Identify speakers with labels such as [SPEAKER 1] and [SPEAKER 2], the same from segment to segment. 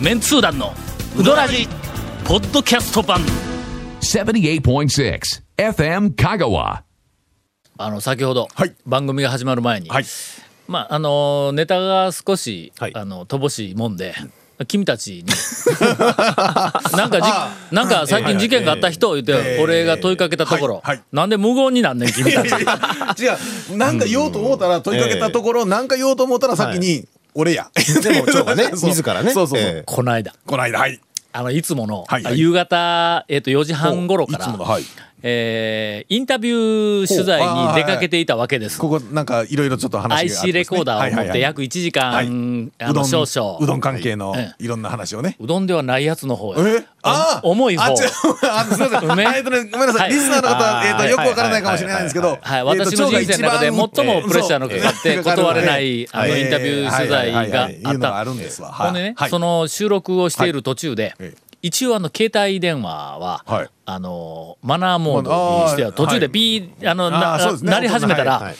[SPEAKER 1] メンツー団のウドラジポッドキャスト版
[SPEAKER 2] 78.6 FM Kagawa.
[SPEAKER 1] あの先ほど、
[SPEAKER 3] はい
[SPEAKER 1] 番組が始まる前に、
[SPEAKER 3] はい
[SPEAKER 1] まああのネタが少し、
[SPEAKER 3] はい
[SPEAKER 1] あの乏しいもんで君た ちになんかじなんか最近事件があった人を言って、
[SPEAKER 3] ええ
[SPEAKER 1] 俺が問いかけたところ、
[SPEAKER 3] はいはい
[SPEAKER 1] なんで無言になんねん君たち
[SPEAKER 3] 違う、なんか言おうと思ったら問いかけたところ、なんか言おうと思ったら先に、俺 や。
[SPEAKER 4] でも、蝶が ね、
[SPEAKER 3] そう
[SPEAKER 4] 自らね。
[SPEAKER 3] そうそうそう
[SPEAKER 4] ええ
[SPEAKER 1] この間
[SPEAKER 3] この間、はい。
[SPEAKER 1] あのいつもの、
[SPEAKER 3] はいはい
[SPEAKER 1] 夕方、えっと4時半頃から
[SPEAKER 3] いつものはい
[SPEAKER 1] えーインタビュー取材
[SPEAKER 3] ほうあ
[SPEAKER 1] に
[SPEAKER 3] ー
[SPEAKER 1] 出かけていたわけです。
[SPEAKER 3] ここ、なんかいろいろちょっと話があります
[SPEAKER 1] IC
[SPEAKER 3] ね
[SPEAKER 1] レコーダーを持って約1時間、
[SPEAKER 3] はい
[SPEAKER 1] あ
[SPEAKER 3] う
[SPEAKER 1] の
[SPEAKER 3] どん
[SPEAKER 1] 少々
[SPEAKER 3] うどん関係の
[SPEAKER 1] え
[SPEAKER 3] いろんな話をね。
[SPEAKER 1] うどんではないやつの方
[SPEAKER 3] え
[SPEAKER 1] へ
[SPEAKER 3] あー
[SPEAKER 1] お重い
[SPEAKER 3] あ
[SPEAKER 1] 方
[SPEAKER 3] 違うあすいませ ん。
[SPEAKER 1] 梅
[SPEAKER 3] えっとねごめんな
[SPEAKER 1] は
[SPEAKER 3] さ
[SPEAKER 1] い
[SPEAKER 3] い。リスナーの
[SPEAKER 4] あー
[SPEAKER 3] 方、えっと、よくわからないかもしれないんですけど。
[SPEAKER 1] はい、私の人生の中で最もプレッシャーのかかって断れないあのインタビュー取材があっ
[SPEAKER 3] あ
[SPEAKER 1] た
[SPEAKER 3] るんですわ。
[SPEAKER 1] ほんでね、その収録をしている途中で、
[SPEAKER 3] はいええ
[SPEAKER 1] 一応あの携帯電話は、
[SPEAKER 3] はい
[SPEAKER 1] あのマナーモードにしては
[SPEAKER 3] あー
[SPEAKER 1] 途中で
[SPEAKER 3] はい
[SPEAKER 1] ピー、あのな
[SPEAKER 3] あーそうですね
[SPEAKER 1] なり始めたら、
[SPEAKER 4] はい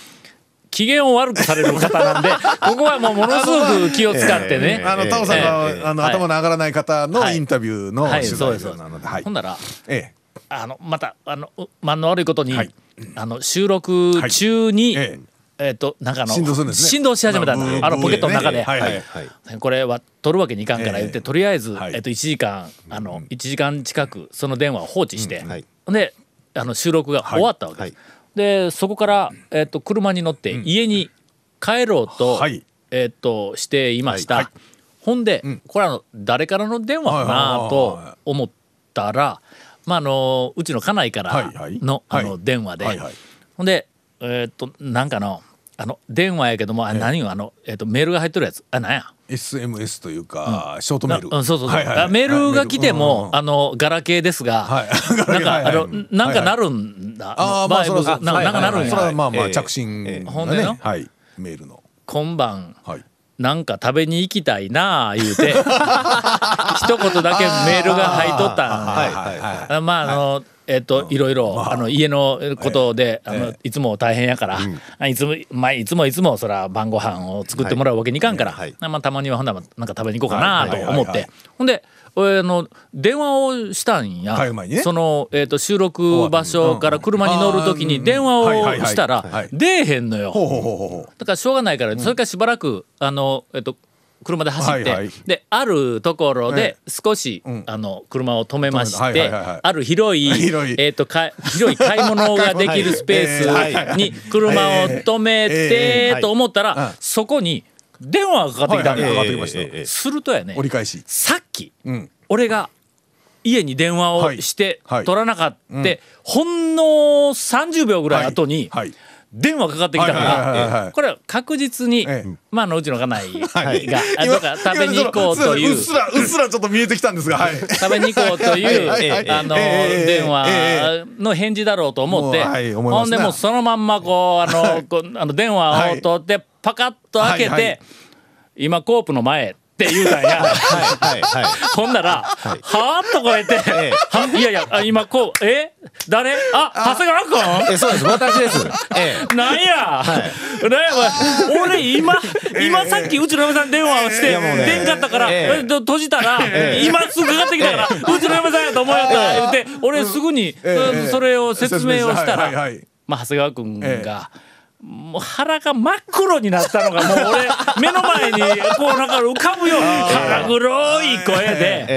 [SPEAKER 1] 機嫌を悪くされる方なん でここはもうものすごく気を使ってね、
[SPEAKER 3] あの、タオさん
[SPEAKER 4] ええ
[SPEAKER 3] の、あの、
[SPEAKER 1] はい
[SPEAKER 3] 頭の上がらない方の
[SPEAKER 1] はい
[SPEAKER 3] インタビューの
[SPEAKER 1] は
[SPEAKER 3] 取
[SPEAKER 1] いそうですそ
[SPEAKER 3] 材
[SPEAKER 1] うで
[SPEAKER 3] なの
[SPEAKER 1] す、
[SPEAKER 3] で、はい
[SPEAKER 1] ほん。なら
[SPEAKER 3] ええ
[SPEAKER 1] あのまたあのう間の悪いことに、
[SPEAKER 3] はい
[SPEAKER 1] あの収録中に、
[SPEAKER 3] はいえ
[SPEAKER 1] えっ、となんかあの
[SPEAKER 3] 振動するんですね
[SPEAKER 1] 振動し始めたん
[SPEAKER 3] まあ
[SPEAKER 1] だ
[SPEAKER 3] ブー
[SPEAKER 1] あのポケットの中で、
[SPEAKER 3] ブーねはい
[SPEAKER 4] はいはい。
[SPEAKER 1] これは取るわけにいかんから言って、
[SPEAKER 3] ええ
[SPEAKER 1] とりあえず、
[SPEAKER 3] はい
[SPEAKER 1] えっと1時間あの1時間近くその電話を放置して、
[SPEAKER 4] んはい
[SPEAKER 1] であの収録が終わったわけです、
[SPEAKER 4] は
[SPEAKER 1] でそこから、えっと車に乗って家に帰ろうと、
[SPEAKER 3] はい
[SPEAKER 1] えっとしていました、
[SPEAKER 3] はいは
[SPEAKER 1] ほんで、これあの誰からの電話かなと思ったら、まあ、あのうちの家内から
[SPEAKER 3] はいはい
[SPEAKER 1] の,、
[SPEAKER 3] はい
[SPEAKER 1] あの電話で、
[SPEAKER 3] はいはい
[SPEAKER 1] ほんでえっとなんかのあの電話やけどもあ何よあの、えっとメールが入ってるやつあ何や
[SPEAKER 3] SMS というか、ショートメール。
[SPEAKER 1] うん、そうそうそう、
[SPEAKER 3] はいはいはい
[SPEAKER 1] あメールが来ても、
[SPEAKER 3] はい
[SPEAKER 1] あのガラケーですが、
[SPEAKER 3] はい
[SPEAKER 1] なんか、
[SPEAKER 3] はい
[SPEAKER 1] あ
[SPEAKER 3] はい
[SPEAKER 1] の
[SPEAKER 3] うん
[SPEAKER 1] なんかな
[SPEAKER 3] はい
[SPEAKER 1] るんだ、
[SPEAKER 3] ああ、まあ、そ
[SPEAKER 1] バイブ
[SPEAKER 3] ら
[SPEAKER 1] スな
[SPEAKER 3] そ
[SPEAKER 1] んか
[SPEAKER 3] う
[SPEAKER 1] なんかなるん
[SPEAKER 3] はいはいはい
[SPEAKER 1] や、
[SPEAKER 3] それはまあま
[SPEAKER 4] え
[SPEAKER 3] あ、
[SPEAKER 4] え
[SPEAKER 3] 着信
[SPEAKER 1] ほん
[SPEAKER 3] が
[SPEAKER 1] で
[SPEAKER 3] ね
[SPEAKER 1] な。
[SPEAKER 3] はい。メールの。
[SPEAKER 1] 今晩
[SPEAKER 3] はい。
[SPEAKER 1] なんか食べに行きたいなあ言 うて一言だけメールが入っとったん
[SPEAKER 4] はい
[SPEAKER 1] や
[SPEAKER 4] はいは
[SPEAKER 1] あまああのえっといろいろあの家のことであのいつも大変やからあいつもまあいつもいつもそら晩ご飯を作ってもらうわけにいかんから
[SPEAKER 4] はいはい
[SPEAKER 1] あまあたまにはほんならなんか食べに行こうかなと思っ
[SPEAKER 3] はいはいはい
[SPEAKER 1] てほんで俺あの電話をしたんや
[SPEAKER 3] 帰る前にね
[SPEAKER 1] そのえっと収録場所から車に乗る時に電話をした
[SPEAKER 3] はいはいは
[SPEAKER 1] ら
[SPEAKER 3] い
[SPEAKER 1] 出えへんのよ。
[SPEAKER 3] ほうほうほうほうほう。
[SPEAKER 1] だからしょうがないから、それからしばらくあの、えっと、車で走って、
[SPEAKER 3] はいはい
[SPEAKER 1] であるところで
[SPEAKER 3] え
[SPEAKER 1] 少し、
[SPEAKER 3] ん
[SPEAKER 1] あの車を止めまして、
[SPEAKER 3] はいはいはいはい
[SPEAKER 1] ある広い
[SPEAKER 3] 広い
[SPEAKER 1] えっとか広い買い物が できるスペ
[SPEAKER 4] はい
[SPEAKER 1] ースに車を止め
[SPEAKER 3] え
[SPEAKER 1] て、
[SPEAKER 4] えはい
[SPEAKER 1] と思ったら、
[SPEAKER 3] うん
[SPEAKER 1] そこに電話がかかってきたんだ、
[SPEAKER 3] はい
[SPEAKER 4] ええ
[SPEAKER 3] はい上がってきました
[SPEAKER 4] ええええ
[SPEAKER 1] するとやね
[SPEAKER 3] 折り返し。
[SPEAKER 1] さっき、
[SPEAKER 3] うん。
[SPEAKER 1] 俺が家に電話をして、
[SPEAKER 3] はいはい
[SPEAKER 1] 取らなかった、ほんの30秒ぐらい後に、
[SPEAKER 3] はい。
[SPEAKER 1] 電話かかってきたか
[SPEAKER 3] はいはいはいは
[SPEAKER 1] ら
[SPEAKER 3] い
[SPEAKER 1] これは確実に、
[SPEAKER 3] ええ
[SPEAKER 1] まああのうちの家内
[SPEAKER 4] い
[SPEAKER 1] が、あどうか食べに行こうという
[SPEAKER 3] 今のそのすませんうっすら、うっすらちょっと見えてきたんですが、はい。
[SPEAKER 1] 食べに行こうという
[SPEAKER 3] はい
[SPEAKER 4] はいはい
[SPEAKER 1] あの
[SPEAKER 3] ええええ
[SPEAKER 1] 電
[SPEAKER 3] え
[SPEAKER 1] 話の返事だろうと思って
[SPEAKER 3] もうはい思います
[SPEAKER 1] ほ
[SPEAKER 3] ね
[SPEAKER 1] んでもうそのまんまこうあのこうあの電話を取ってパカッと開け
[SPEAKER 3] はいは
[SPEAKER 1] て「
[SPEAKER 3] い
[SPEAKER 1] 今コープの前」って言うたんや。
[SPEAKER 4] はいはいはい。
[SPEAKER 1] ほんなら、はーっとこうやって、
[SPEAKER 4] ええ
[SPEAKER 1] はいやいや、あ今こう、え誰あ、長谷川君
[SPEAKER 4] え、そうです。私です。え
[SPEAKER 1] なんや、なんやお前俺今、今さっきうちの嫁さんに電話をして、
[SPEAKER 4] いやもうね
[SPEAKER 1] 出んかったから、
[SPEAKER 4] ええ
[SPEAKER 1] えっと閉じたら、
[SPEAKER 4] ええ
[SPEAKER 1] 今すぐかかってきたから、うちの嫁さんやと思うやったら、言って、俺すぐに、
[SPEAKER 3] ええ
[SPEAKER 1] それを説明をした
[SPEAKER 3] はいはい
[SPEAKER 1] ら
[SPEAKER 3] は、い
[SPEAKER 1] まあ、長谷川君が、もう腹が真っ黒になったのがもう 俺目の前にこうなんか浮かぶように腹黒い声
[SPEAKER 4] え
[SPEAKER 1] で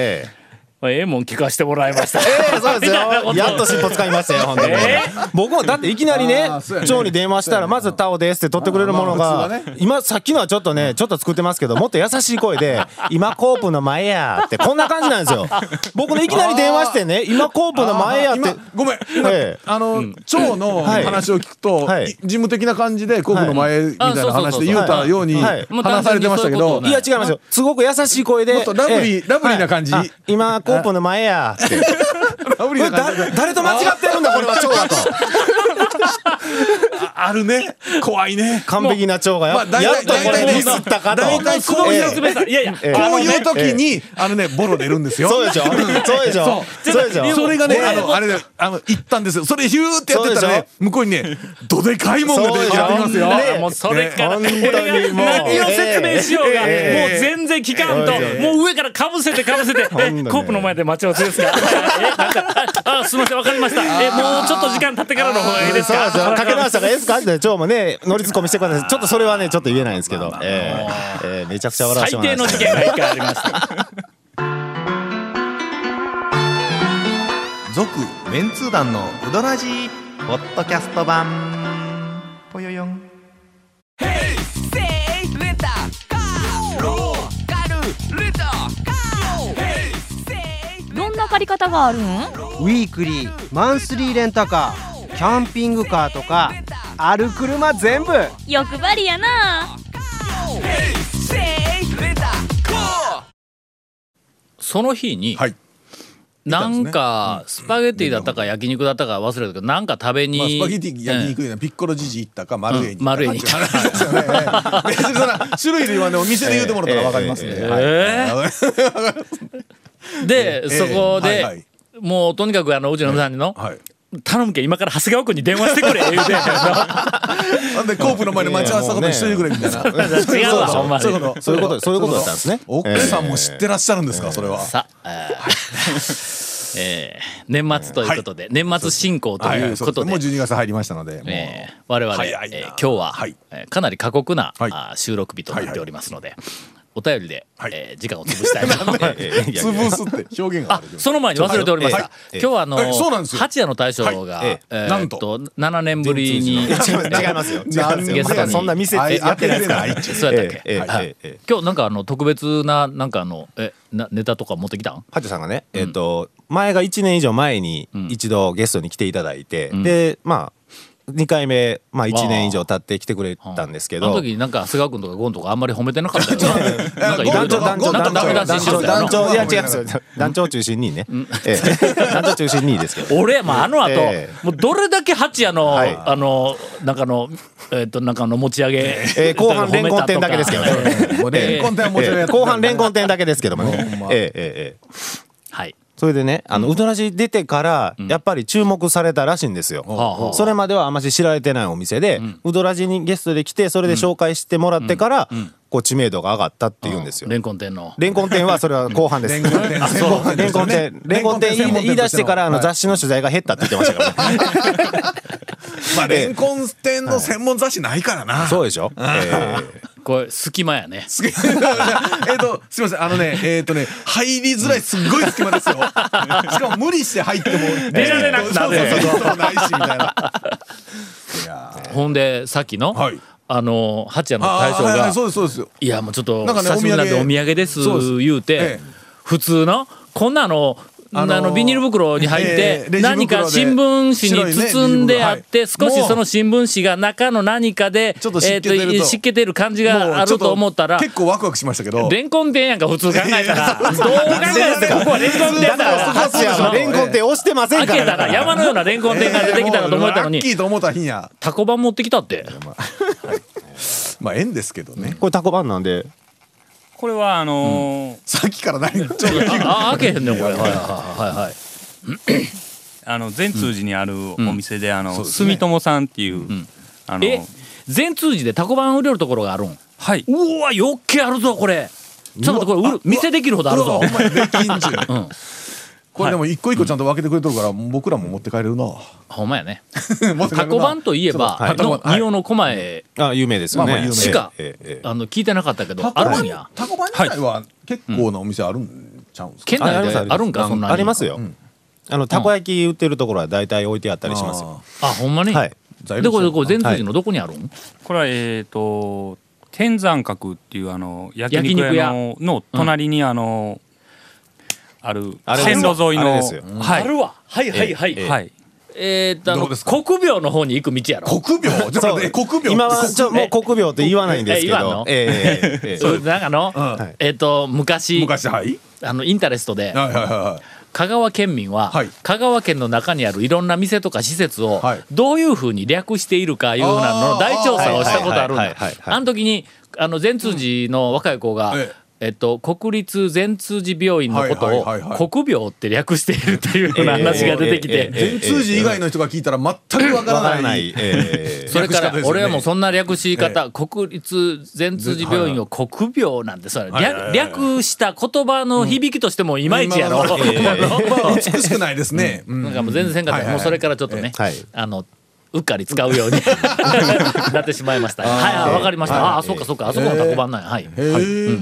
[SPEAKER 4] え
[SPEAKER 1] 「ええもん聞かしてもらいました」
[SPEAKER 4] ええそうですよ
[SPEAKER 1] みたいなことを。
[SPEAKER 4] やっと尻尾掴みましたよ、本当に
[SPEAKER 1] え。
[SPEAKER 4] 僕もだっていきなりね
[SPEAKER 3] あーそうや、ね
[SPEAKER 4] 蝶に電話したら、まずタオですって取ってくれるもの
[SPEAKER 3] まあまあ
[SPEAKER 4] が
[SPEAKER 3] 普通は、
[SPEAKER 4] 今さっきのはちょっとね、ちょっと作ってますけど、もっと優しい声で、今コープの前やって、こんな感じなんですよ。僕ね、いきなり電話してね、今コープの前やっ
[SPEAKER 3] 今
[SPEAKER 4] て、
[SPEAKER 3] ごめん、今
[SPEAKER 4] ええ
[SPEAKER 3] あの、蝶の
[SPEAKER 4] はい
[SPEAKER 3] 話を聞くと、
[SPEAKER 4] はい
[SPEAKER 3] い事務的な感じで、コブの前みたい
[SPEAKER 1] あそう
[SPEAKER 3] な
[SPEAKER 1] そうそう
[SPEAKER 3] 話
[SPEAKER 1] そう
[SPEAKER 3] で言うたように
[SPEAKER 4] はい
[SPEAKER 1] もう
[SPEAKER 3] 話されてましたけ
[SPEAKER 1] 単純にそういうこと
[SPEAKER 3] ど、
[SPEAKER 1] ない
[SPEAKER 4] いや違いますよ。すごく優しい声で。
[SPEAKER 3] もっとラブリー
[SPEAKER 4] ええ
[SPEAKER 3] ラブリーな感じ
[SPEAKER 4] はいあ今、コープの前やって。
[SPEAKER 3] ラブリーな
[SPEAKER 4] だ
[SPEAKER 3] 感じで
[SPEAKER 4] 誰と間違ってるんだ、これは、蝶だと。
[SPEAKER 1] あ
[SPEAKER 3] あるね。怖いね。
[SPEAKER 4] 完璧な蝶
[SPEAKER 3] ま
[SPEAKER 4] がや
[SPEAKER 3] あ
[SPEAKER 4] っと
[SPEAKER 3] 大体
[SPEAKER 4] これミスったかと。
[SPEAKER 3] 大 体
[SPEAKER 1] すごい説明さいやいや、
[SPEAKER 4] ええ
[SPEAKER 1] あ
[SPEAKER 3] こ
[SPEAKER 1] の
[SPEAKER 3] う
[SPEAKER 1] ね
[SPEAKER 3] いう時に、あのね、ボロ出るんですよ。
[SPEAKER 4] そうでしょそうでしょそうでしょ
[SPEAKER 3] それがね、あの、
[SPEAKER 4] あ
[SPEAKER 3] あれだ、あの、行ったんですよ。それヒューってやってたら
[SPEAKER 4] そう
[SPEAKER 3] ね
[SPEAKER 4] で、
[SPEAKER 3] 向こうにね、どでかいもんが出てきますよ。
[SPEAKER 4] そうでしょ
[SPEAKER 1] もうそれから、
[SPEAKER 4] ね
[SPEAKER 1] 俺が
[SPEAKER 4] 本当にもう
[SPEAKER 1] 何を説明しようが、
[SPEAKER 4] え
[SPEAKER 1] も
[SPEAKER 3] え
[SPEAKER 1] う全然聞かんと、
[SPEAKER 4] ええ
[SPEAKER 1] もう上からかぶせてかぶ せて、えコ
[SPEAKER 4] 当にね
[SPEAKER 1] ープの前で待ち合わせですか えなんかああすみません、わかりました。えもうちょっと時間経ってからの方がいいです
[SPEAKER 4] そうで
[SPEAKER 1] か
[SPEAKER 4] すよ。かけましたが、S かって、蝶もね、乗りツッコミしてください。ちょっとそれはね、ちょっと言えないんですけど、ええええめちゃくちゃ笑わ
[SPEAKER 1] 最
[SPEAKER 4] せてもら
[SPEAKER 1] 低
[SPEAKER 4] いま
[SPEAKER 1] の
[SPEAKER 4] し
[SPEAKER 1] 事件が
[SPEAKER 4] たけ
[SPEAKER 1] 一回ありました。
[SPEAKER 5] 続メンツー団のウドラジーポッドキャスト版ぽよよん
[SPEAKER 6] せいレンタカーローカルレンタカー
[SPEAKER 7] どんな借り方があるん
[SPEAKER 8] ウィークリーマンスリーレンタカーキャンピングカーとかある車全部
[SPEAKER 7] 欲張りやな
[SPEAKER 6] せいレンタカー
[SPEAKER 1] その日に、
[SPEAKER 3] はい
[SPEAKER 1] なんかスパゲティだったか焼肉だったか忘れたけどなんか食べに、
[SPEAKER 3] まあ、スパゲティ焼肉いうのはピッコロジジ行ったか丸栄に行ったか
[SPEAKER 1] 丸栄に行った
[SPEAKER 3] っていう話ですよね別にそんな種類で言わんでもお店で言うてもらったらわかりますね、
[SPEAKER 1] ええ
[SPEAKER 3] はい
[SPEAKER 1] うんで、
[SPEAKER 3] ええ
[SPEAKER 1] そこで、
[SPEAKER 3] はいはい
[SPEAKER 1] もうとにかくあのうちのさんにの、
[SPEAKER 3] はい
[SPEAKER 1] 頼むけん今から長谷川君に電話してくれ」言う て
[SPEAKER 3] なんでコープの前で待ち合わせたことにしといてくれみた いな、
[SPEAKER 1] う違うわほんまに
[SPEAKER 3] そういうこと
[SPEAKER 4] そういうことそういうことだったんですね
[SPEAKER 3] 奥さんも知ってらっしゃるんですかそれは
[SPEAKER 1] さあー えー年末ということで、年末進行と
[SPEAKER 3] はい
[SPEAKER 1] い
[SPEAKER 3] は
[SPEAKER 1] う
[SPEAKER 3] そ
[SPEAKER 1] ことで,、
[SPEAKER 3] もう12月入りましたので、もう
[SPEAKER 1] えー我々、え
[SPEAKER 3] 早いな
[SPEAKER 1] ー今日は、
[SPEAKER 3] はい
[SPEAKER 1] えーかなり過酷な、
[SPEAKER 3] はい
[SPEAKER 1] あー収録日となっておりますので、お便りで、
[SPEAKER 3] はい
[SPEAKER 1] えー時間を潰したい と思います。
[SPEAKER 4] ど。いやいや
[SPEAKER 3] 潰すって表現があ
[SPEAKER 1] あ
[SPEAKER 3] る
[SPEAKER 1] その前に忘れておりました、
[SPEAKER 3] はい
[SPEAKER 4] ええ
[SPEAKER 1] 今日はあの
[SPEAKER 3] ええそうなんですよ
[SPEAKER 1] 八谷の大将が、
[SPEAKER 4] はいええ
[SPEAKER 1] えー
[SPEAKER 3] なん
[SPEAKER 1] と
[SPEAKER 3] と
[SPEAKER 1] 7年ぶりに
[SPEAKER 4] 違いますよ。違います
[SPEAKER 1] ゲ
[SPEAKER 4] よ。
[SPEAKER 1] スト
[SPEAKER 4] まだ
[SPEAKER 1] に
[SPEAKER 4] そんな店やってないですから。
[SPEAKER 3] はい
[SPEAKER 1] そうやったっけ、
[SPEAKER 4] ええええ
[SPEAKER 1] はい
[SPEAKER 4] えええ
[SPEAKER 1] 今日なんかあの特別ななんかあのえなネタとか持ってきたん
[SPEAKER 4] ハチョさんがね、えっ、と、前が1年以上前に一度ゲストに来ていただいて、で、まあ、2回目、まあ1年以上経って来てくれたんですけ
[SPEAKER 1] あの
[SPEAKER 4] ど、
[SPEAKER 1] 時なんか菅君とかゴンとかあんまり褒めてなかったよ ねなんかいろい
[SPEAKER 4] 団
[SPEAKER 1] ろ
[SPEAKER 4] 長、
[SPEAKER 1] な
[SPEAKER 4] 団
[SPEAKER 1] んか
[SPEAKER 4] 長、団
[SPEAKER 1] ダメ
[SPEAKER 4] 長、
[SPEAKER 1] 出
[SPEAKER 4] 団
[SPEAKER 1] しして
[SPEAKER 4] 長、
[SPEAKER 1] たよ
[SPEAKER 4] 団
[SPEAKER 1] な
[SPEAKER 4] 長、いや違うんですよ。団長中心にね。ええ団長中心にですけど。
[SPEAKER 1] 俺まああの後、
[SPEAKER 4] え
[SPEAKER 1] もうどれだけ八谷の、
[SPEAKER 4] はい
[SPEAKER 1] あのなんかのえっ、となんかの持ち上げ、
[SPEAKER 4] えー後半レンコン店だけですけどね
[SPEAKER 1] 褒めたとか
[SPEAKER 3] もうレンコン店 はもちろん
[SPEAKER 4] え
[SPEAKER 3] や
[SPEAKER 4] え
[SPEAKER 3] ってた
[SPEAKER 4] 後半レンコン店だけですけどもね。ええええええ
[SPEAKER 1] はい
[SPEAKER 4] それでね、あの、うどらじ出てから、やっぱり注目されたらしいんですよ。
[SPEAKER 1] はあ
[SPEAKER 4] それまではあまり知られてないお店で、うどらじにゲストで来て、それで紹介してもらってから、こう、知名度が上がったっていうんですよ
[SPEAKER 1] レ。ンコン店の
[SPEAKER 4] レンコン店はそれは後半です。レンコン店、レンコン店、レンコン店言い言い出してから、あの、雑誌の取材が減ったって言ってましたからね。
[SPEAKER 3] まあレンコン店の専門雑誌ないからな、
[SPEAKER 4] そうでしょ、ええ
[SPEAKER 1] これ隙間やね
[SPEAKER 3] すげえ えっと、すみません、あのね、えっ、とね、入りづらい、すっごい隙 間ですよ。しかも無理して入っても、
[SPEAKER 1] 出られなくなる
[SPEAKER 3] そうそうそうそうないし、み たいな。
[SPEAKER 1] ほんでさっきの、
[SPEAKER 3] はい
[SPEAKER 1] あの八谷の大将
[SPEAKER 3] あーはいは
[SPEAKER 1] が
[SPEAKER 3] いそうです、そうですよ。
[SPEAKER 1] いやもうちょっと
[SPEAKER 3] なんかね
[SPEAKER 1] 久しぶりなんでお
[SPEAKER 3] お土
[SPEAKER 1] 土
[SPEAKER 3] 産
[SPEAKER 1] 産です
[SPEAKER 3] そうです
[SPEAKER 1] 言うて、
[SPEAKER 3] ええ
[SPEAKER 1] 普通のこんなのあ
[SPEAKER 3] あのー
[SPEAKER 1] のビニール袋に入って
[SPEAKER 3] ええレジ袋で
[SPEAKER 1] 何か新聞紙に包んであって
[SPEAKER 3] 白
[SPEAKER 1] 少
[SPEAKER 3] いねビニール袋はい
[SPEAKER 1] しその新聞紙が中の何かで
[SPEAKER 3] ちょっと湿気出ると
[SPEAKER 1] えー湿気出る感じがあると思ったら
[SPEAKER 3] 結構ワクワクしましたけど。
[SPEAKER 1] レンコン店やんか普通考えたらどう考えてもここはレンコン店 だから
[SPEAKER 4] ハチヤはレンコン店押してません
[SPEAKER 1] 開
[SPEAKER 4] か
[SPEAKER 1] けたら
[SPEAKER 4] ら
[SPEAKER 1] 山のようなレンコン店が出てきたらと思ったの
[SPEAKER 3] えーもうラッ
[SPEAKER 1] に
[SPEAKER 3] キーと思った日には、
[SPEAKER 1] タコ版持ってきたって
[SPEAKER 3] まあ、縁ですけどね。
[SPEAKER 4] これタコパンなんで、
[SPEAKER 9] これはあのー
[SPEAKER 3] さっきから何、 ちょっと
[SPEAKER 1] ああ開けへんねんこれはいはいはいはい
[SPEAKER 9] あの善通寺にあるお店で、あの
[SPEAKER 3] すね
[SPEAKER 9] 住友さんっていう、あの
[SPEAKER 1] え全通じでタコ版売れるところがあるん
[SPEAKER 9] はいう
[SPEAKER 1] わ余計あるぞこれちょっと待ってこれ売る店できるほどあるぞ
[SPEAKER 3] ほんまにできんちゅうこれでも一個一個ちゃんと分けてくれとるから、僕らも持って帰れるな。
[SPEAKER 1] ほんまやね
[SPEAKER 3] 持って帰れるな
[SPEAKER 1] タコ版といえば
[SPEAKER 3] はい
[SPEAKER 1] の仁王の狛江
[SPEAKER 4] あ、有名ですよね。
[SPEAKER 3] まあまあ有名
[SPEAKER 1] しか
[SPEAKER 4] ええええ
[SPEAKER 1] あの聞いてなかったけどあ
[SPEAKER 3] タコ
[SPEAKER 1] る
[SPEAKER 3] バ
[SPEAKER 1] ん
[SPEAKER 3] ン
[SPEAKER 1] や
[SPEAKER 3] タコバン自体は結構なお店あるんちゃうんですか、
[SPEAKER 1] 県内であるんかそんなに
[SPEAKER 4] ありますよ、あのたこ焼き売ってるところは大体置いてあったりしますよ、
[SPEAKER 1] あほんまに
[SPEAKER 4] はい
[SPEAKER 1] でこれこれ全通寺のどこにあるん
[SPEAKER 9] これはえっ、と天山閣っていうあの焼肉
[SPEAKER 1] 焼肉
[SPEAKER 9] 屋
[SPEAKER 1] 屋
[SPEAKER 9] のの隣にあの、ある
[SPEAKER 4] あれです
[SPEAKER 9] 線
[SPEAKER 4] よ
[SPEAKER 9] 路沿い
[SPEAKER 4] あれ
[SPEAKER 9] の
[SPEAKER 4] ですよ
[SPEAKER 9] はい、
[SPEAKER 1] わはいはいはい
[SPEAKER 9] はい、
[SPEAKER 1] えーっとあの
[SPEAKER 3] どうですか
[SPEAKER 1] 国廟の方に行く道やろ
[SPEAKER 3] 国病ちょっと待って国病
[SPEAKER 4] 今はちょもう国病って言わないんですけ
[SPEAKER 1] ええ言わん
[SPEAKER 4] ど
[SPEAKER 1] の
[SPEAKER 4] え えええええ
[SPEAKER 1] そうなんかあの
[SPEAKER 3] う
[SPEAKER 1] えーっと昔
[SPEAKER 3] 昔はい
[SPEAKER 1] あのインタレストで
[SPEAKER 3] はいはいはいはい
[SPEAKER 1] 香川県民は、
[SPEAKER 3] はい
[SPEAKER 1] 香川県の中にあるいろんな店とか施設を
[SPEAKER 3] はい
[SPEAKER 1] どういうふうに略しているかいうふうなのの大調査をしたことあるん
[SPEAKER 4] はい
[SPEAKER 1] だ
[SPEAKER 4] はいはいはいはい
[SPEAKER 1] あの時にあの善通寺の若い子が、
[SPEAKER 3] ええ
[SPEAKER 1] えっと、国立善通寺病院のこと
[SPEAKER 3] はいはいはいは
[SPEAKER 1] を
[SPEAKER 3] い
[SPEAKER 1] 国病って略しているというような話が出てきて、
[SPEAKER 4] ええええええ
[SPEAKER 3] 全通寺以外の人が聞いたら全くわからない
[SPEAKER 4] ええ
[SPEAKER 1] それか
[SPEAKER 3] 略し方です
[SPEAKER 1] ら
[SPEAKER 3] ね
[SPEAKER 1] 俺はもうそんな略し方、国立全通寺病院を国病なんてそれ、
[SPEAKER 3] はいはい
[SPEAKER 1] 略略した言葉の響きとしてもいまいちや ろ、
[SPEAKER 3] うん
[SPEAKER 1] 今の
[SPEAKER 3] まあ 美しくないですね、うん
[SPEAKER 1] なんかもう全然せんかった、
[SPEAKER 3] はいはい
[SPEAKER 1] もうそれからちょっとね、
[SPEAKER 4] はい
[SPEAKER 1] あのうっかり使うよ うになってしまいましたはいあわかりました、ああそうかそうかあそこのタコ版なんやはい、
[SPEAKER 3] へえ、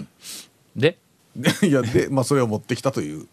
[SPEAKER 1] で
[SPEAKER 3] いやでまあそれを持ってきたという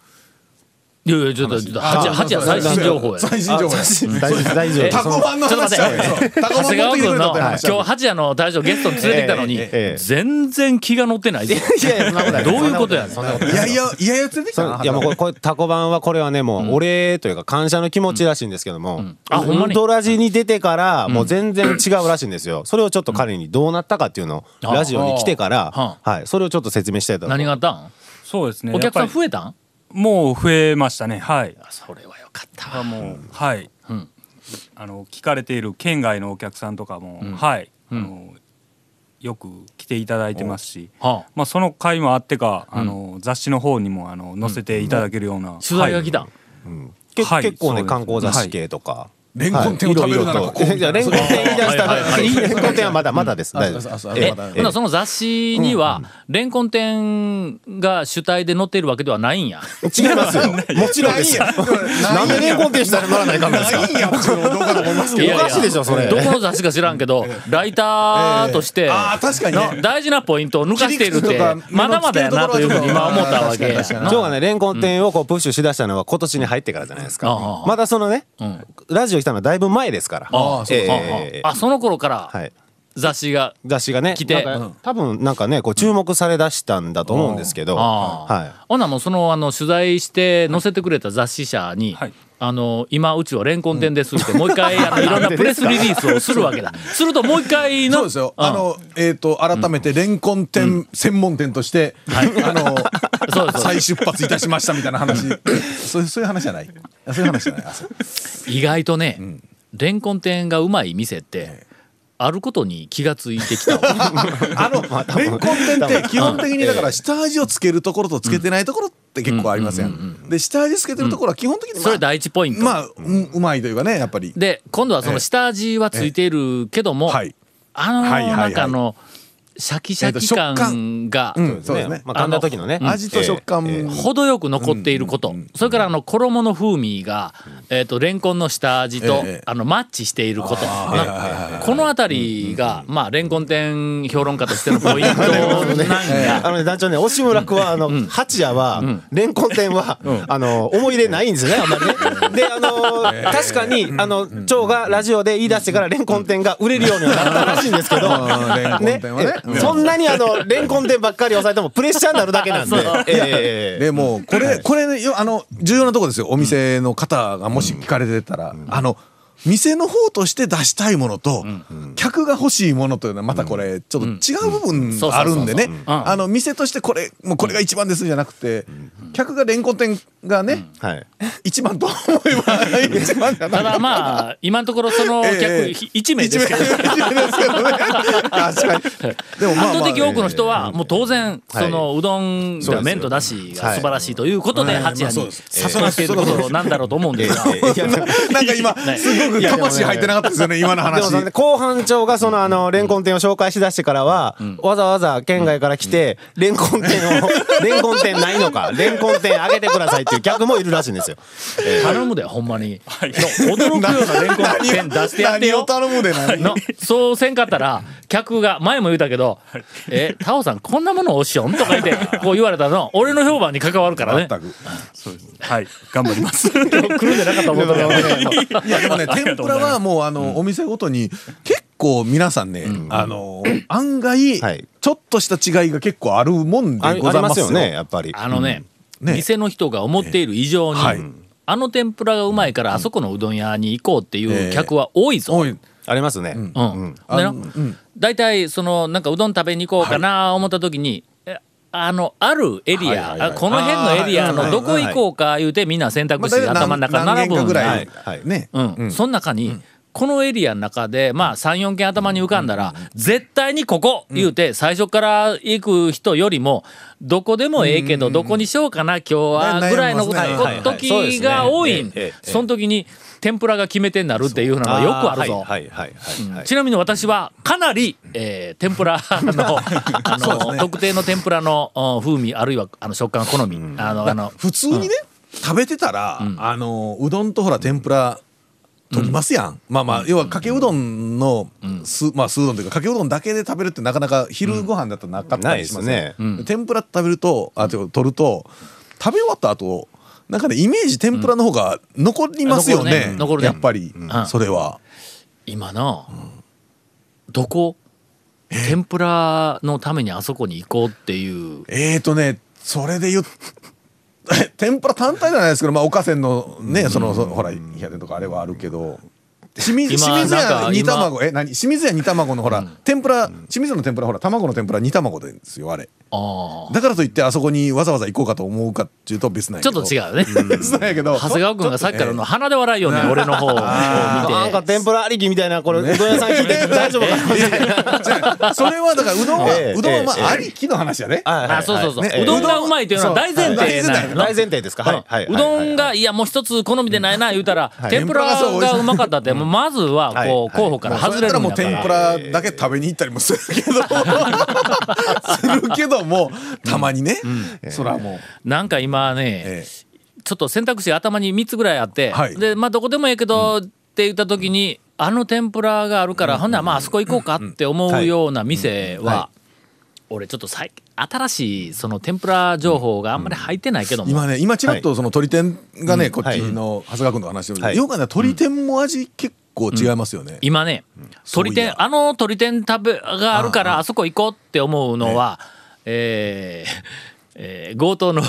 [SPEAKER 1] いやいやちょっとちょっと八八や最新情報や
[SPEAKER 3] 最新情報や
[SPEAKER 4] 大丈夫大丈
[SPEAKER 1] え
[SPEAKER 4] 夫
[SPEAKER 3] タコパンの
[SPEAKER 1] ちょっと待
[SPEAKER 3] 話ち
[SPEAKER 1] っ
[SPEAKER 3] ゃ
[SPEAKER 1] て
[SPEAKER 3] うよそうタコ
[SPEAKER 1] 長
[SPEAKER 3] パン
[SPEAKER 1] 谷
[SPEAKER 3] 持っ
[SPEAKER 1] 川
[SPEAKER 3] てきてく
[SPEAKER 1] 君の
[SPEAKER 3] れたっ
[SPEAKER 1] 今
[SPEAKER 3] て話ちゃう
[SPEAKER 1] 日八夜の大将ゲストに連れてきたのに
[SPEAKER 4] ええええ
[SPEAKER 1] 全然気が乗ってないぞ
[SPEAKER 4] いやいやそんなことない
[SPEAKER 1] どういうことやねん
[SPEAKER 4] そんなことない
[SPEAKER 3] いやいやいやいや連れてきた
[SPEAKER 4] そ
[SPEAKER 3] な
[SPEAKER 4] ういやもうこれこれタコ版はこれはねもうお礼というか感謝の気持ちらしいんですけども、
[SPEAKER 1] あほんまに
[SPEAKER 4] ウドラジに出てからもう全然違うらしいんですよ、それをちょっと彼にどうなったかっていうのをラジオに来てから、
[SPEAKER 1] は
[SPEAKER 4] はい、それをちょっと説明したいと思い
[SPEAKER 1] 何
[SPEAKER 4] ます
[SPEAKER 1] があったん
[SPEAKER 9] そうですね
[SPEAKER 1] お客さん
[SPEAKER 9] え
[SPEAKER 1] 増えたん
[SPEAKER 9] もう増えましたねはい
[SPEAKER 1] あそれはよかった
[SPEAKER 9] あもう、はい、
[SPEAKER 1] ん
[SPEAKER 9] あの聞かれている県外のお客さんとかも、はい、あのよく来ていただいてますし、
[SPEAKER 1] はあ
[SPEAKER 9] まあ、その回もあってか、あの雑誌の方にもあの載せていただけるような、
[SPEAKER 1] 取材が来たん
[SPEAKER 4] け
[SPEAKER 9] はい
[SPEAKER 4] 結構
[SPEAKER 9] そうで
[SPEAKER 4] ね
[SPEAKER 9] す
[SPEAKER 4] 観光雑誌系とか、
[SPEAKER 3] レンコン店を食べるならここ
[SPEAKER 4] いやレンコン店言い出した
[SPEAKER 1] はい
[SPEAKER 4] らいいレンコン店はまだまだです、
[SPEAKER 3] あ
[SPEAKER 4] 大
[SPEAKER 3] そう
[SPEAKER 4] 丈
[SPEAKER 3] そうそう
[SPEAKER 4] 夫え
[SPEAKER 1] え、
[SPEAKER 3] まだ
[SPEAKER 1] ほなその雑誌には、レンコン店が主体で載っているわけではないんや。
[SPEAKER 4] 違いますよもちろんですよなんでレンコン店したらならないかんですか
[SPEAKER 3] いやもちろんどうかと思いますけ
[SPEAKER 1] い
[SPEAKER 3] ど
[SPEAKER 1] やいや
[SPEAKER 4] おかしいでしょそれ
[SPEAKER 1] どこの雑誌か知らんけど、ライターとして、
[SPEAKER 3] ああ確かに
[SPEAKER 1] の
[SPEAKER 3] ね
[SPEAKER 1] 大事なポイントを抜かしているっ
[SPEAKER 3] 切
[SPEAKER 1] て
[SPEAKER 3] り口とか、
[SPEAKER 1] まだまだやなというふうに今思ったわけや
[SPEAKER 3] 確かに確か
[SPEAKER 1] な。
[SPEAKER 4] ジョーがねレンコン店をこうプッシュしだしたのは今年に入ってからじゃないです
[SPEAKER 1] うんあ
[SPEAKER 4] か
[SPEAKER 1] あ
[SPEAKER 4] まだそのね
[SPEAKER 1] ん
[SPEAKER 4] ラジオ来たのはだいぶ前ですから
[SPEAKER 1] あ
[SPEAKER 3] あそう
[SPEAKER 4] ええ
[SPEAKER 1] ああ
[SPEAKER 4] ええ
[SPEAKER 1] あ、その頃から
[SPEAKER 4] はい
[SPEAKER 1] 雑誌が、
[SPEAKER 4] 雑誌がね
[SPEAKER 1] 来て
[SPEAKER 4] なんか多分なんかねこう注目されだしたんだと思うんですけど
[SPEAKER 1] ああ
[SPEAKER 4] は
[SPEAKER 1] ほなもうそのあの取材して載せてくれた雑誌社に、
[SPEAKER 9] はい
[SPEAKER 1] あの今うちはレンコン店ですって、もう一回あのいろんなプレスリリースをするわけだ。するともう一回の
[SPEAKER 3] そうですよ。あの、えっと、改めて、レンコン店専門店として、あ
[SPEAKER 1] そうです
[SPEAKER 3] の、再出発いたしましたみたいな話。そういう、そういう話じゃないあそういう話じゃないあそう
[SPEAKER 1] 意外とね、レンコン店がうまい店って、あることに気がついてきた わ
[SPEAKER 3] あの、レンコン店って基本的にだから、下味をつけるところとつけてないところって結構ありません。で、下味つけてるところは基本的に、まあ
[SPEAKER 1] それ第一ポイント、
[SPEAKER 3] まあ、うんうまいというかね、やっぱり。
[SPEAKER 1] で今度はその下味はついているけども、
[SPEAKER 3] はい。
[SPEAKER 1] あのー
[SPEAKER 3] はいはいはい
[SPEAKER 1] なんかあのシャキシャキ感が
[SPEAKER 3] うん、そう
[SPEAKER 4] い
[SPEAKER 3] です
[SPEAKER 4] ね
[SPEAKER 3] ね。
[SPEAKER 4] まあ噛んだ時のね
[SPEAKER 3] 味と食感
[SPEAKER 4] ええええ
[SPEAKER 1] 程よく残っていること、それからあの衣の風味が、えー、とレンコンの下味と、
[SPEAKER 3] ええ
[SPEAKER 1] あのマッチしていることなこの辺りが、まあ、レンコン店評論家としてのポイン トなんや。
[SPEAKER 4] あのね団長ね押村君はあの八夜はレンコン店はあの思い入れないんですよねあんまりねであの確かにあの長がラジオで言い出してからレンコン店が売れるようにはなったらしいんですけど
[SPEAKER 3] うんレンコン
[SPEAKER 4] ね
[SPEAKER 3] 店はね。うん
[SPEAKER 4] えそんなにあのレンコン店ばっかり抑えてもプレッシャーになるだけなんでええ
[SPEAKER 3] でもうこれ、これねよあの重要なとこですよお店の方がもし聞かれてたら、あの店の方として出したいものと、客が欲しいものというのはまたこれちょっと違う部分
[SPEAKER 1] そうそうそうそう
[SPEAKER 3] があるんでね
[SPEAKER 1] うん
[SPEAKER 3] あの店としてこれもうこれが一番ですじゃなくて、客がレンコン店がね、
[SPEAKER 4] はい
[SPEAKER 3] 一番と思 えば一番じゃな
[SPEAKER 1] た
[SPEAKER 3] い
[SPEAKER 1] だまあ今のところその客
[SPEAKER 3] ええ
[SPEAKER 1] 1名ですけど
[SPEAKER 3] ですけどね確かにでも
[SPEAKER 1] 圧倒的多くの人はもう当然
[SPEAKER 4] はい
[SPEAKER 1] そのうどん
[SPEAKER 4] そう
[SPEAKER 1] が
[SPEAKER 4] ですよ
[SPEAKER 1] 麺とだしが素晴らしいということで
[SPEAKER 3] はい
[SPEAKER 1] 八
[SPEAKER 3] ま
[SPEAKER 1] 夜
[SPEAKER 3] あ
[SPEAKER 1] に
[SPEAKER 3] そう
[SPEAKER 1] 誘
[SPEAKER 3] です
[SPEAKER 1] っていることなんだろうと思うんですが
[SPEAKER 4] ええいや
[SPEAKER 3] なんか今
[SPEAKER 1] ね
[SPEAKER 3] すごく魂入ってなかったですよね今の
[SPEAKER 4] でも
[SPEAKER 3] 話
[SPEAKER 4] そのね後半長がそのあのレンコン店を紹介しだしてからは、わざわざ県外から来て、レンコン店をレンコン店ないのかレンコン店あげてくださいっていう客もいるらしいんですよ。
[SPEAKER 1] 頼むでほんまにの驚くようなレンコン店出してやって
[SPEAKER 3] 何を
[SPEAKER 1] よ
[SPEAKER 3] 頼むで何
[SPEAKER 1] のそうせんかったら客が前も言うたけど「えタオさんこんなものおしよん?」とか言ってこう言われたの俺の評判に関わるからね
[SPEAKER 3] 全く
[SPEAKER 9] はい頑張ります
[SPEAKER 1] 来るんじゃなかったもんだ
[SPEAKER 3] いやでもね天ぷらはもうあのお店ごとに結構皆さんねあの案外
[SPEAKER 4] はい
[SPEAKER 3] ちょっとした違いが結構あるもん
[SPEAKER 4] あ
[SPEAKER 3] で
[SPEAKER 4] り
[SPEAKER 3] ご
[SPEAKER 4] あ
[SPEAKER 3] ざ
[SPEAKER 4] り
[SPEAKER 3] いま
[SPEAKER 4] ますす
[SPEAKER 3] よ
[SPEAKER 4] よねやっぱり。
[SPEAKER 1] あのね,、
[SPEAKER 3] ね
[SPEAKER 1] 店の人が思っている以上に、
[SPEAKER 3] はい
[SPEAKER 1] あの天ぷらがうまいからあそこのうどん屋に行こうっていう客は多いぞ。
[SPEAKER 3] おい
[SPEAKER 4] ありますね。
[SPEAKER 1] うんでな大体そのなんかうどん食べに行こうかな思った時に、えあのあるエリア、
[SPEAKER 3] はいはいはい
[SPEAKER 1] あこの辺のエリア
[SPEAKER 3] あ
[SPEAKER 1] の
[SPEAKER 3] ー
[SPEAKER 1] どこ行こうか言うてみんな選択肢
[SPEAKER 3] まあ
[SPEAKER 1] 頭の中
[SPEAKER 3] 何
[SPEAKER 1] 並ぶ
[SPEAKER 3] 軒か
[SPEAKER 1] ん
[SPEAKER 3] ぐ
[SPEAKER 1] だ
[SPEAKER 3] ら
[SPEAKER 1] はいい、
[SPEAKER 3] ね、
[SPEAKER 1] うん
[SPEAKER 3] うん
[SPEAKER 1] その中に、このエリアの中で、まあ、3、4件頭に浮かんだら、絶対にここ言うて、最初から行く人よりも、どこでもええけど、どこにしようかな、今日は、
[SPEAKER 3] ね
[SPEAKER 1] ぐらいの
[SPEAKER 3] 悩みますね
[SPEAKER 1] こ
[SPEAKER 5] はいはいそうです
[SPEAKER 1] 時
[SPEAKER 5] ね
[SPEAKER 1] が多い
[SPEAKER 5] ええええ
[SPEAKER 1] ん。その時に、天ぷらが決め手になるっていうのがよくあるぞ。
[SPEAKER 5] はいはいはいはいはい。
[SPEAKER 1] ちなみに私はかなり、えー天ぷらのあ
[SPEAKER 3] そうで
[SPEAKER 1] の、
[SPEAKER 3] すね
[SPEAKER 1] 特定の天ぷらのうん風味あるいはあの食感好み、あのあの
[SPEAKER 3] 普通にね、食べてたら、あのうどんとほら天ぷら取りますやん、まあまあ要はかけうどんのす、まあ酢うどんというかかけうどんだけで食べるってなかなか昼ご飯だったらなかったりします
[SPEAKER 5] ないですね
[SPEAKER 3] 天ぷら食べるとあてか取ると食べ終わった後なんかねイメージ天ぷらの方が残りますよね,、
[SPEAKER 1] うん残るね残るね
[SPEAKER 3] やっぱり、
[SPEAKER 1] ん
[SPEAKER 3] それは。
[SPEAKER 1] 今の、どこ天ぷらのためにあそこに行こうっていう
[SPEAKER 3] えーとねそれで言っ 天ぷら単体じゃないですけど、まあ、おかせんのねそのそほら冷やでとかあれはあるけど清水
[SPEAKER 1] 今
[SPEAKER 3] 清水
[SPEAKER 1] なん
[SPEAKER 3] 屋
[SPEAKER 1] か
[SPEAKER 3] 煮
[SPEAKER 1] 今
[SPEAKER 3] 卵え何清水屋煮卵のほら、天ぷら清水の天ぷらほら卵の天ぷら煮卵ですよあれ
[SPEAKER 1] あ
[SPEAKER 3] だからといってあそこにわざわざ行こうかと思うかっていうと別な
[SPEAKER 1] あ
[SPEAKER 3] んや
[SPEAKER 1] ちょ
[SPEAKER 3] け
[SPEAKER 1] っ
[SPEAKER 3] ど
[SPEAKER 1] と違
[SPEAKER 3] う
[SPEAKER 1] うね。
[SPEAKER 3] 別なんやけど
[SPEAKER 1] 長谷川君がさっきからの鼻で笑いよね、俺の方を見て。
[SPEAKER 4] なんか天ぷらありきみたいなこれうどん屋さん聞いて大丈夫かな
[SPEAKER 3] それはだからうどんは、
[SPEAKER 5] ええ
[SPEAKER 3] うどんはまあ、
[SPEAKER 5] ええ
[SPEAKER 3] ありきの話やね、
[SPEAKER 5] はいはいはい
[SPEAKER 1] あそうそうそう、
[SPEAKER 5] ね
[SPEAKER 1] うどんがうまいというのは大前提なの。
[SPEAKER 5] 大前提ですか。はいはい。
[SPEAKER 1] うどん
[SPEAKER 5] は
[SPEAKER 1] が、いや、もう一つ好みでないな、言うたら、天ぷら
[SPEAKER 3] 天ぷらがそう美味し
[SPEAKER 1] が
[SPEAKER 3] いう
[SPEAKER 1] まかったって、もうまずは、
[SPEAKER 5] はい
[SPEAKER 1] こう、
[SPEAKER 5] はい
[SPEAKER 1] 候補から
[SPEAKER 3] そ
[SPEAKER 1] 外
[SPEAKER 3] れ
[SPEAKER 1] れ
[SPEAKER 3] やった
[SPEAKER 1] る
[SPEAKER 3] ら
[SPEAKER 1] ん
[SPEAKER 3] も
[SPEAKER 1] だ
[SPEAKER 3] う
[SPEAKER 1] か
[SPEAKER 3] 天ぷ
[SPEAKER 1] ら。
[SPEAKER 3] らだけ食べに行ったりもするけどするけどもたまにね、そらもう、
[SPEAKER 1] なんか今
[SPEAKER 3] え
[SPEAKER 1] ね
[SPEAKER 3] え、
[SPEAKER 1] ちょっと選択肢が頭に3つぐらいあって、
[SPEAKER 3] はい
[SPEAKER 1] で、まあ、どこでもええけど、って言った時に、あの天ぷらがあるから、ほんならまあ、あそこ行こうかって思うような店は、俺ちょっと最近新しいその天ぷら情報があんまり入ってないけども、
[SPEAKER 3] 今ね今ちらっとその鳥天がね、こっち
[SPEAKER 5] はい
[SPEAKER 3] の長谷川君の話を、
[SPEAKER 5] はい
[SPEAKER 3] よくね鳥天も味結構違いますよね、
[SPEAKER 1] 今ね
[SPEAKER 3] そうい
[SPEAKER 1] 鳥
[SPEAKER 3] や
[SPEAKER 1] 天あの鳥天食べがあるからあそこ行こうって思うのはえーえー強盗の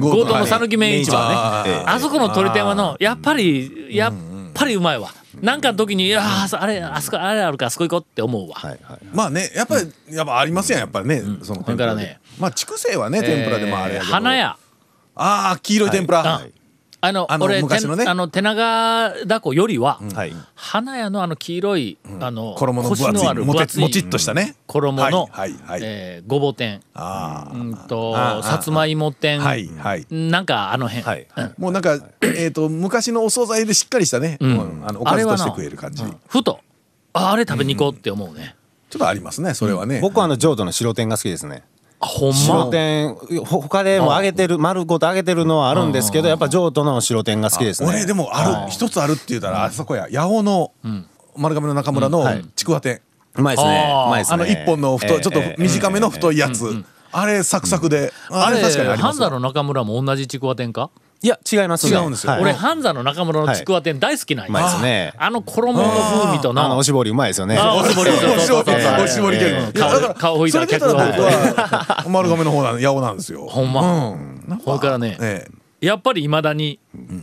[SPEAKER 1] 強盗の讃岐麺市場ね
[SPEAKER 3] あー
[SPEAKER 5] ええ
[SPEAKER 1] あそこの鳥天はのやっぱりやっぱりうまいわなんかの時にいやーあそあれあそこあれあるからあそこ行こうって思うわ
[SPEAKER 5] いはい。
[SPEAKER 3] まあねやっぱり、やっぱありますやんやっぱりね、その天ぷら
[SPEAKER 1] それから
[SPEAKER 3] で
[SPEAKER 1] ね
[SPEAKER 3] まあ畜生はね天ぷらでもあれ
[SPEAKER 1] え
[SPEAKER 3] や
[SPEAKER 1] ー
[SPEAKER 3] けど、
[SPEAKER 1] 花屋
[SPEAKER 3] ああ黄色い天ぷら、
[SPEAKER 1] ああの
[SPEAKER 3] あの
[SPEAKER 1] 俺
[SPEAKER 3] 昔のね
[SPEAKER 1] てんあの手長だこよりは
[SPEAKER 5] はい。
[SPEAKER 1] 花屋のあの黄色いあの
[SPEAKER 3] 衣の分厚い
[SPEAKER 1] コシのある
[SPEAKER 3] も
[SPEAKER 1] 分
[SPEAKER 3] て
[SPEAKER 1] 厚い
[SPEAKER 3] もちっとしたね
[SPEAKER 1] 衣の
[SPEAKER 3] はいはいはい
[SPEAKER 1] えーごぼ天
[SPEAKER 3] ああ
[SPEAKER 1] うんと
[SPEAKER 3] ああ
[SPEAKER 1] さつまいも店、
[SPEAKER 3] はいはい
[SPEAKER 1] なんかあの辺、
[SPEAKER 5] はい
[SPEAKER 1] うん
[SPEAKER 3] もうなんかえっ、と昔のお惣菜でしっかりしたね、
[SPEAKER 1] ん
[SPEAKER 3] うんあのおかず
[SPEAKER 1] あれは
[SPEAKER 3] として
[SPEAKER 1] な
[SPEAKER 3] 食える感じ、ちょ
[SPEAKER 1] ふとああれ食べに行こうって思うね、
[SPEAKER 3] っとありますねそれはね、
[SPEAKER 4] 僕はあの浄土の白天が好きですね
[SPEAKER 1] あほん
[SPEAKER 4] 白
[SPEAKER 1] ま
[SPEAKER 4] 天ほ他でも揚げてる丸ごと揚げてるのはあるんですけどやっぱ浄土の白天が好きですね
[SPEAKER 3] 俺でもある一つあるって言うたらあそこや八尾の丸亀の中村のちくわ店、
[SPEAKER 4] うまいですね
[SPEAKER 1] あー
[SPEAKER 4] うまいです
[SPEAKER 3] あ
[SPEAKER 4] ね
[SPEAKER 3] の一本の太い、
[SPEAKER 5] ええ
[SPEAKER 3] ちょっと短めの太いやつ、あれサクサクで、あ
[SPEAKER 1] あ
[SPEAKER 3] れ
[SPEAKER 1] れ
[SPEAKER 3] 確かにあり
[SPEAKER 1] ハ
[SPEAKER 3] ま
[SPEAKER 1] ン
[SPEAKER 3] す
[SPEAKER 1] ザの中村も同じちくわ店か、
[SPEAKER 4] いや違いますね
[SPEAKER 3] 違うんですよ
[SPEAKER 4] はい
[SPEAKER 1] 俺ハンザの中村のちくわ店大好きなん
[SPEAKER 4] う
[SPEAKER 1] や
[SPEAKER 4] まいですね
[SPEAKER 1] あの衣の風味と
[SPEAKER 4] あの
[SPEAKER 1] な
[SPEAKER 4] おしぼりうまいですよね
[SPEAKER 1] あおしぼり
[SPEAKER 3] おしぼり
[SPEAKER 1] そうそうそうそう
[SPEAKER 3] おしぼり系
[SPEAKER 1] ええ
[SPEAKER 3] いやだから
[SPEAKER 1] 顔顔拭い
[SPEAKER 3] そ
[SPEAKER 1] たら
[SPEAKER 3] れで言
[SPEAKER 1] 客
[SPEAKER 3] ったら
[SPEAKER 1] が
[SPEAKER 3] 僕は丸亀の方なん八尾なんですよ
[SPEAKER 1] ほんま、
[SPEAKER 3] うん
[SPEAKER 1] ほんからね、
[SPEAKER 3] ええ
[SPEAKER 1] やっぱりいまだに、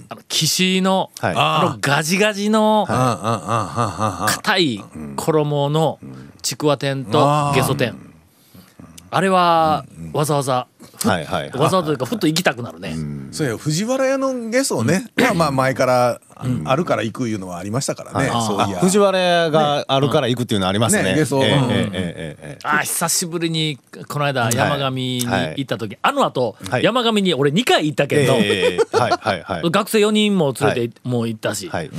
[SPEAKER 1] あの岸の、
[SPEAKER 5] はい
[SPEAKER 1] あのガジガジの
[SPEAKER 3] あああああああ
[SPEAKER 1] 硬い衣のちくわ天とゲソ天あれはわざわざ
[SPEAKER 5] はいはい。
[SPEAKER 1] わざわざというかふっと行きたくなるね
[SPEAKER 3] そうや藤原屋のゲソね、まあまあ前からあるから行くいうのはありましたからね、そういや
[SPEAKER 4] 藤原屋があるから行くっていうのありますね
[SPEAKER 3] ねゲソ
[SPEAKER 4] ええええ
[SPEAKER 3] うん
[SPEAKER 5] えええ
[SPEAKER 1] あー久しぶりにこの間山上に行った時あのあと
[SPEAKER 5] はい
[SPEAKER 1] 山上に俺2回行った
[SPEAKER 5] え
[SPEAKER 1] けど
[SPEAKER 5] えええはいはいはい。
[SPEAKER 1] 学生4人も連れてもう行ったし
[SPEAKER 5] はい。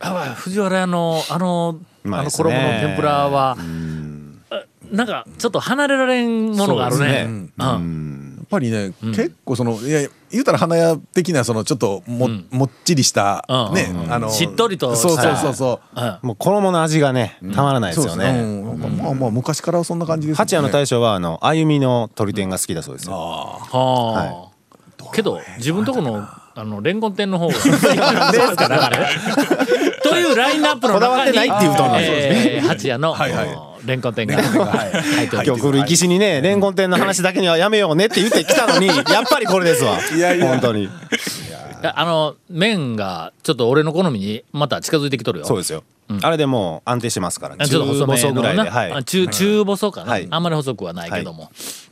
[SPEAKER 1] やばい藤原屋のあのあ
[SPEAKER 5] うまい
[SPEAKER 1] の
[SPEAKER 5] です
[SPEAKER 1] 衣
[SPEAKER 5] ね
[SPEAKER 1] の天ぷらはあなんかちょっと離れられんものがある
[SPEAKER 5] そうで
[SPEAKER 1] ね
[SPEAKER 5] すね
[SPEAKER 1] うん
[SPEAKER 3] やっぱりね、結構そのいや言うたら花屋的なそのちょっとも,、もっちりした、
[SPEAKER 1] うん
[SPEAKER 3] ね、
[SPEAKER 1] うん
[SPEAKER 3] あの
[SPEAKER 1] しっとりと
[SPEAKER 3] そうそうそう
[SPEAKER 1] は
[SPEAKER 3] そ
[SPEAKER 1] う
[SPEAKER 3] う
[SPEAKER 1] ん
[SPEAKER 4] もう衣の味がねたまらないですよ
[SPEAKER 3] そうです
[SPEAKER 4] ね
[SPEAKER 3] うんなんかまあまあ昔からそんな感じですよね
[SPEAKER 4] 八谷の大将はあの歩みの鳥天が好きだそうですよ
[SPEAKER 1] はあ、けど自分とこのあのレンコン店の方がそうですか流れというラインナップの
[SPEAKER 4] こだわっ
[SPEAKER 1] 中
[SPEAKER 4] て
[SPEAKER 1] に
[SPEAKER 4] ないっていうと
[SPEAKER 1] え
[SPEAKER 4] ね
[SPEAKER 1] ー八谷の
[SPEAKER 3] はいはい
[SPEAKER 1] あのレンコン店が入っており
[SPEAKER 4] 今
[SPEAKER 1] ま
[SPEAKER 4] 日
[SPEAKER 1] す
[SPEAKER 4] 来る生き死にね、レンコン店の話だけにはやめようねって言ってきたのに、やっぱりこれですわ。
[SPEAKER 3] いやいや
[SPEAKER 4] 本当に。
[SPEAKER 1] あの麺がちょっと俺の好みにまた近づいてきとるよ
[SPEAKER 4] そうですよ。あれでもう安定してますから
[SPEAKER 1] あちょっと細め
[SPEAKER 4] 細
[SPEAKER 1] の
[SPEAKER 4] ぐらいで、
[SPEAKER 1] な
[SPEAKER 4] はい
[SPEAKER 1] あ中中細かな、
[SPEAKER 4] はい
[SPEAKER 1] あんまり細くはないけども、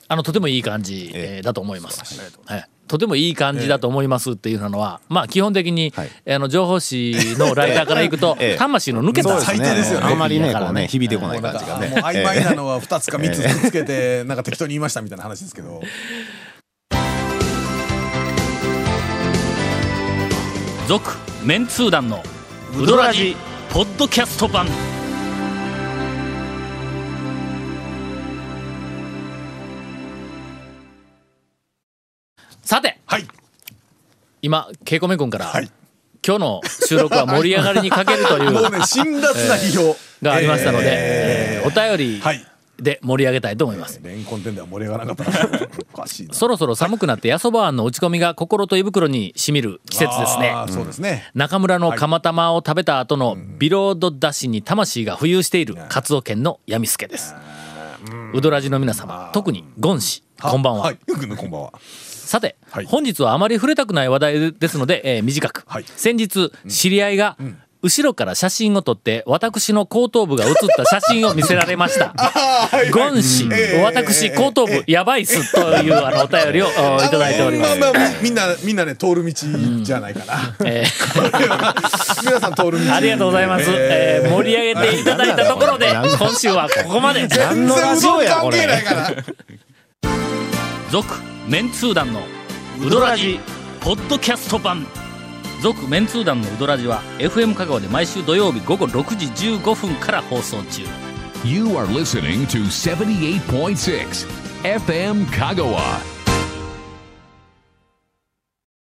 [SPEAKER 1] あのとてもいい感じ、
[SPEAKER 4] ええ
[SPEAKER 1] えーだと思います、はい、とてもいい感じだと思いますっていうのは、まあ基本的に、
[SPEAKER 4] はい
[SPEAKER 1] あの情報誌のライターからいくと、
[SPEAKER 4] ええ
[SPEAKER 1] 魂の抜けた
[SPEAKER 3] 最低ですよね
[SPEAKER 4] あんまり
[SPEAKER 1] だ
[SPEAKER 4] ね
[SPEAKER 1] か
[SPEAKER 4] こ
[SPEAKER 1] ら
[SPEAKER 4] うね響いてこない感じが
[SPEAKER 3] もう
[SPEAKER 4] ね
[SPEAKER 3] 曖昧なのは2つか3つくっつけてなんか適当に言いましたみたいな話ですけど
[SPEAKER 1] 続メンツー団のウドラジポッドキャスト版さて
[SPEAKER 3] はい
[SPEAKER 1] 今ケイコメ君から、
[SPEAKER 3] はい
[SPEAKER 1] 今日の収録は盛り上がりにかけるとい
[SPEAKER 3] もうね
[SPEAKER 1] う
[SPEAKER 3] 辛辣な批評
[SPEAKER 1] がありましたので、
[SPEAKER 3] え
[SPEAKER 1] えーお便
[SPEAKER 3] ーはい
[SPEAKER 1] りで盛り上げたいと思います、
[SPEAKER 3] レンコン店では盛り上がらなかった なおかしいな
[SPEAKER 1] そろそろ寒くなってやそばあんの打ち込みが心と胃袋にしみる季節ですね
[SPEAKER 3] あーそうですね
[SPEAKER 1] 中村の釜玉を食べた後のビロードだしに魂が浮遊しているカツオ県のやみすけです。うどらじの皆様、特にゴン氏、こんばんは。
[SPEAKER 3] はいよくねこんばんは
[SPEAKER 1] さて、
[SPEAKER 3] はい
[SPEAKER 1] 本日はあまり触れたくない話題ですので、えー短く、
[SPEAKER 3] はい
[SPEAKER 1] 先日知り合いが、後ろから写真を撮って私の後頭部が写った写真を見せられましたゴン氏、
[SPEAKER 3] ええ
[SPEAKER 1] 私後頭部、やばいっすというあのお便りをおいただいております、
[SPEAKER 3] まあまあみみんなみんなね通る道じゃないかな
[SPEAKER 1] えー
[SPEAKER 3] 皆さん通る道
[SPEAKER 1] ありがとうございます。えー盛り上げていただいたところで、今週はここまで。
[SPEAKER 3] 全然うどん関係ないから
[SPEAKER 1] 続、メンツー団のウドラジ、ポッドキャスト版。続、メンツー団のウドラジは、FM 香川で毎週土曜日午後6時15分から放送中。
[SPEAKER 2] You are listening to 78.6 FM Kagawa.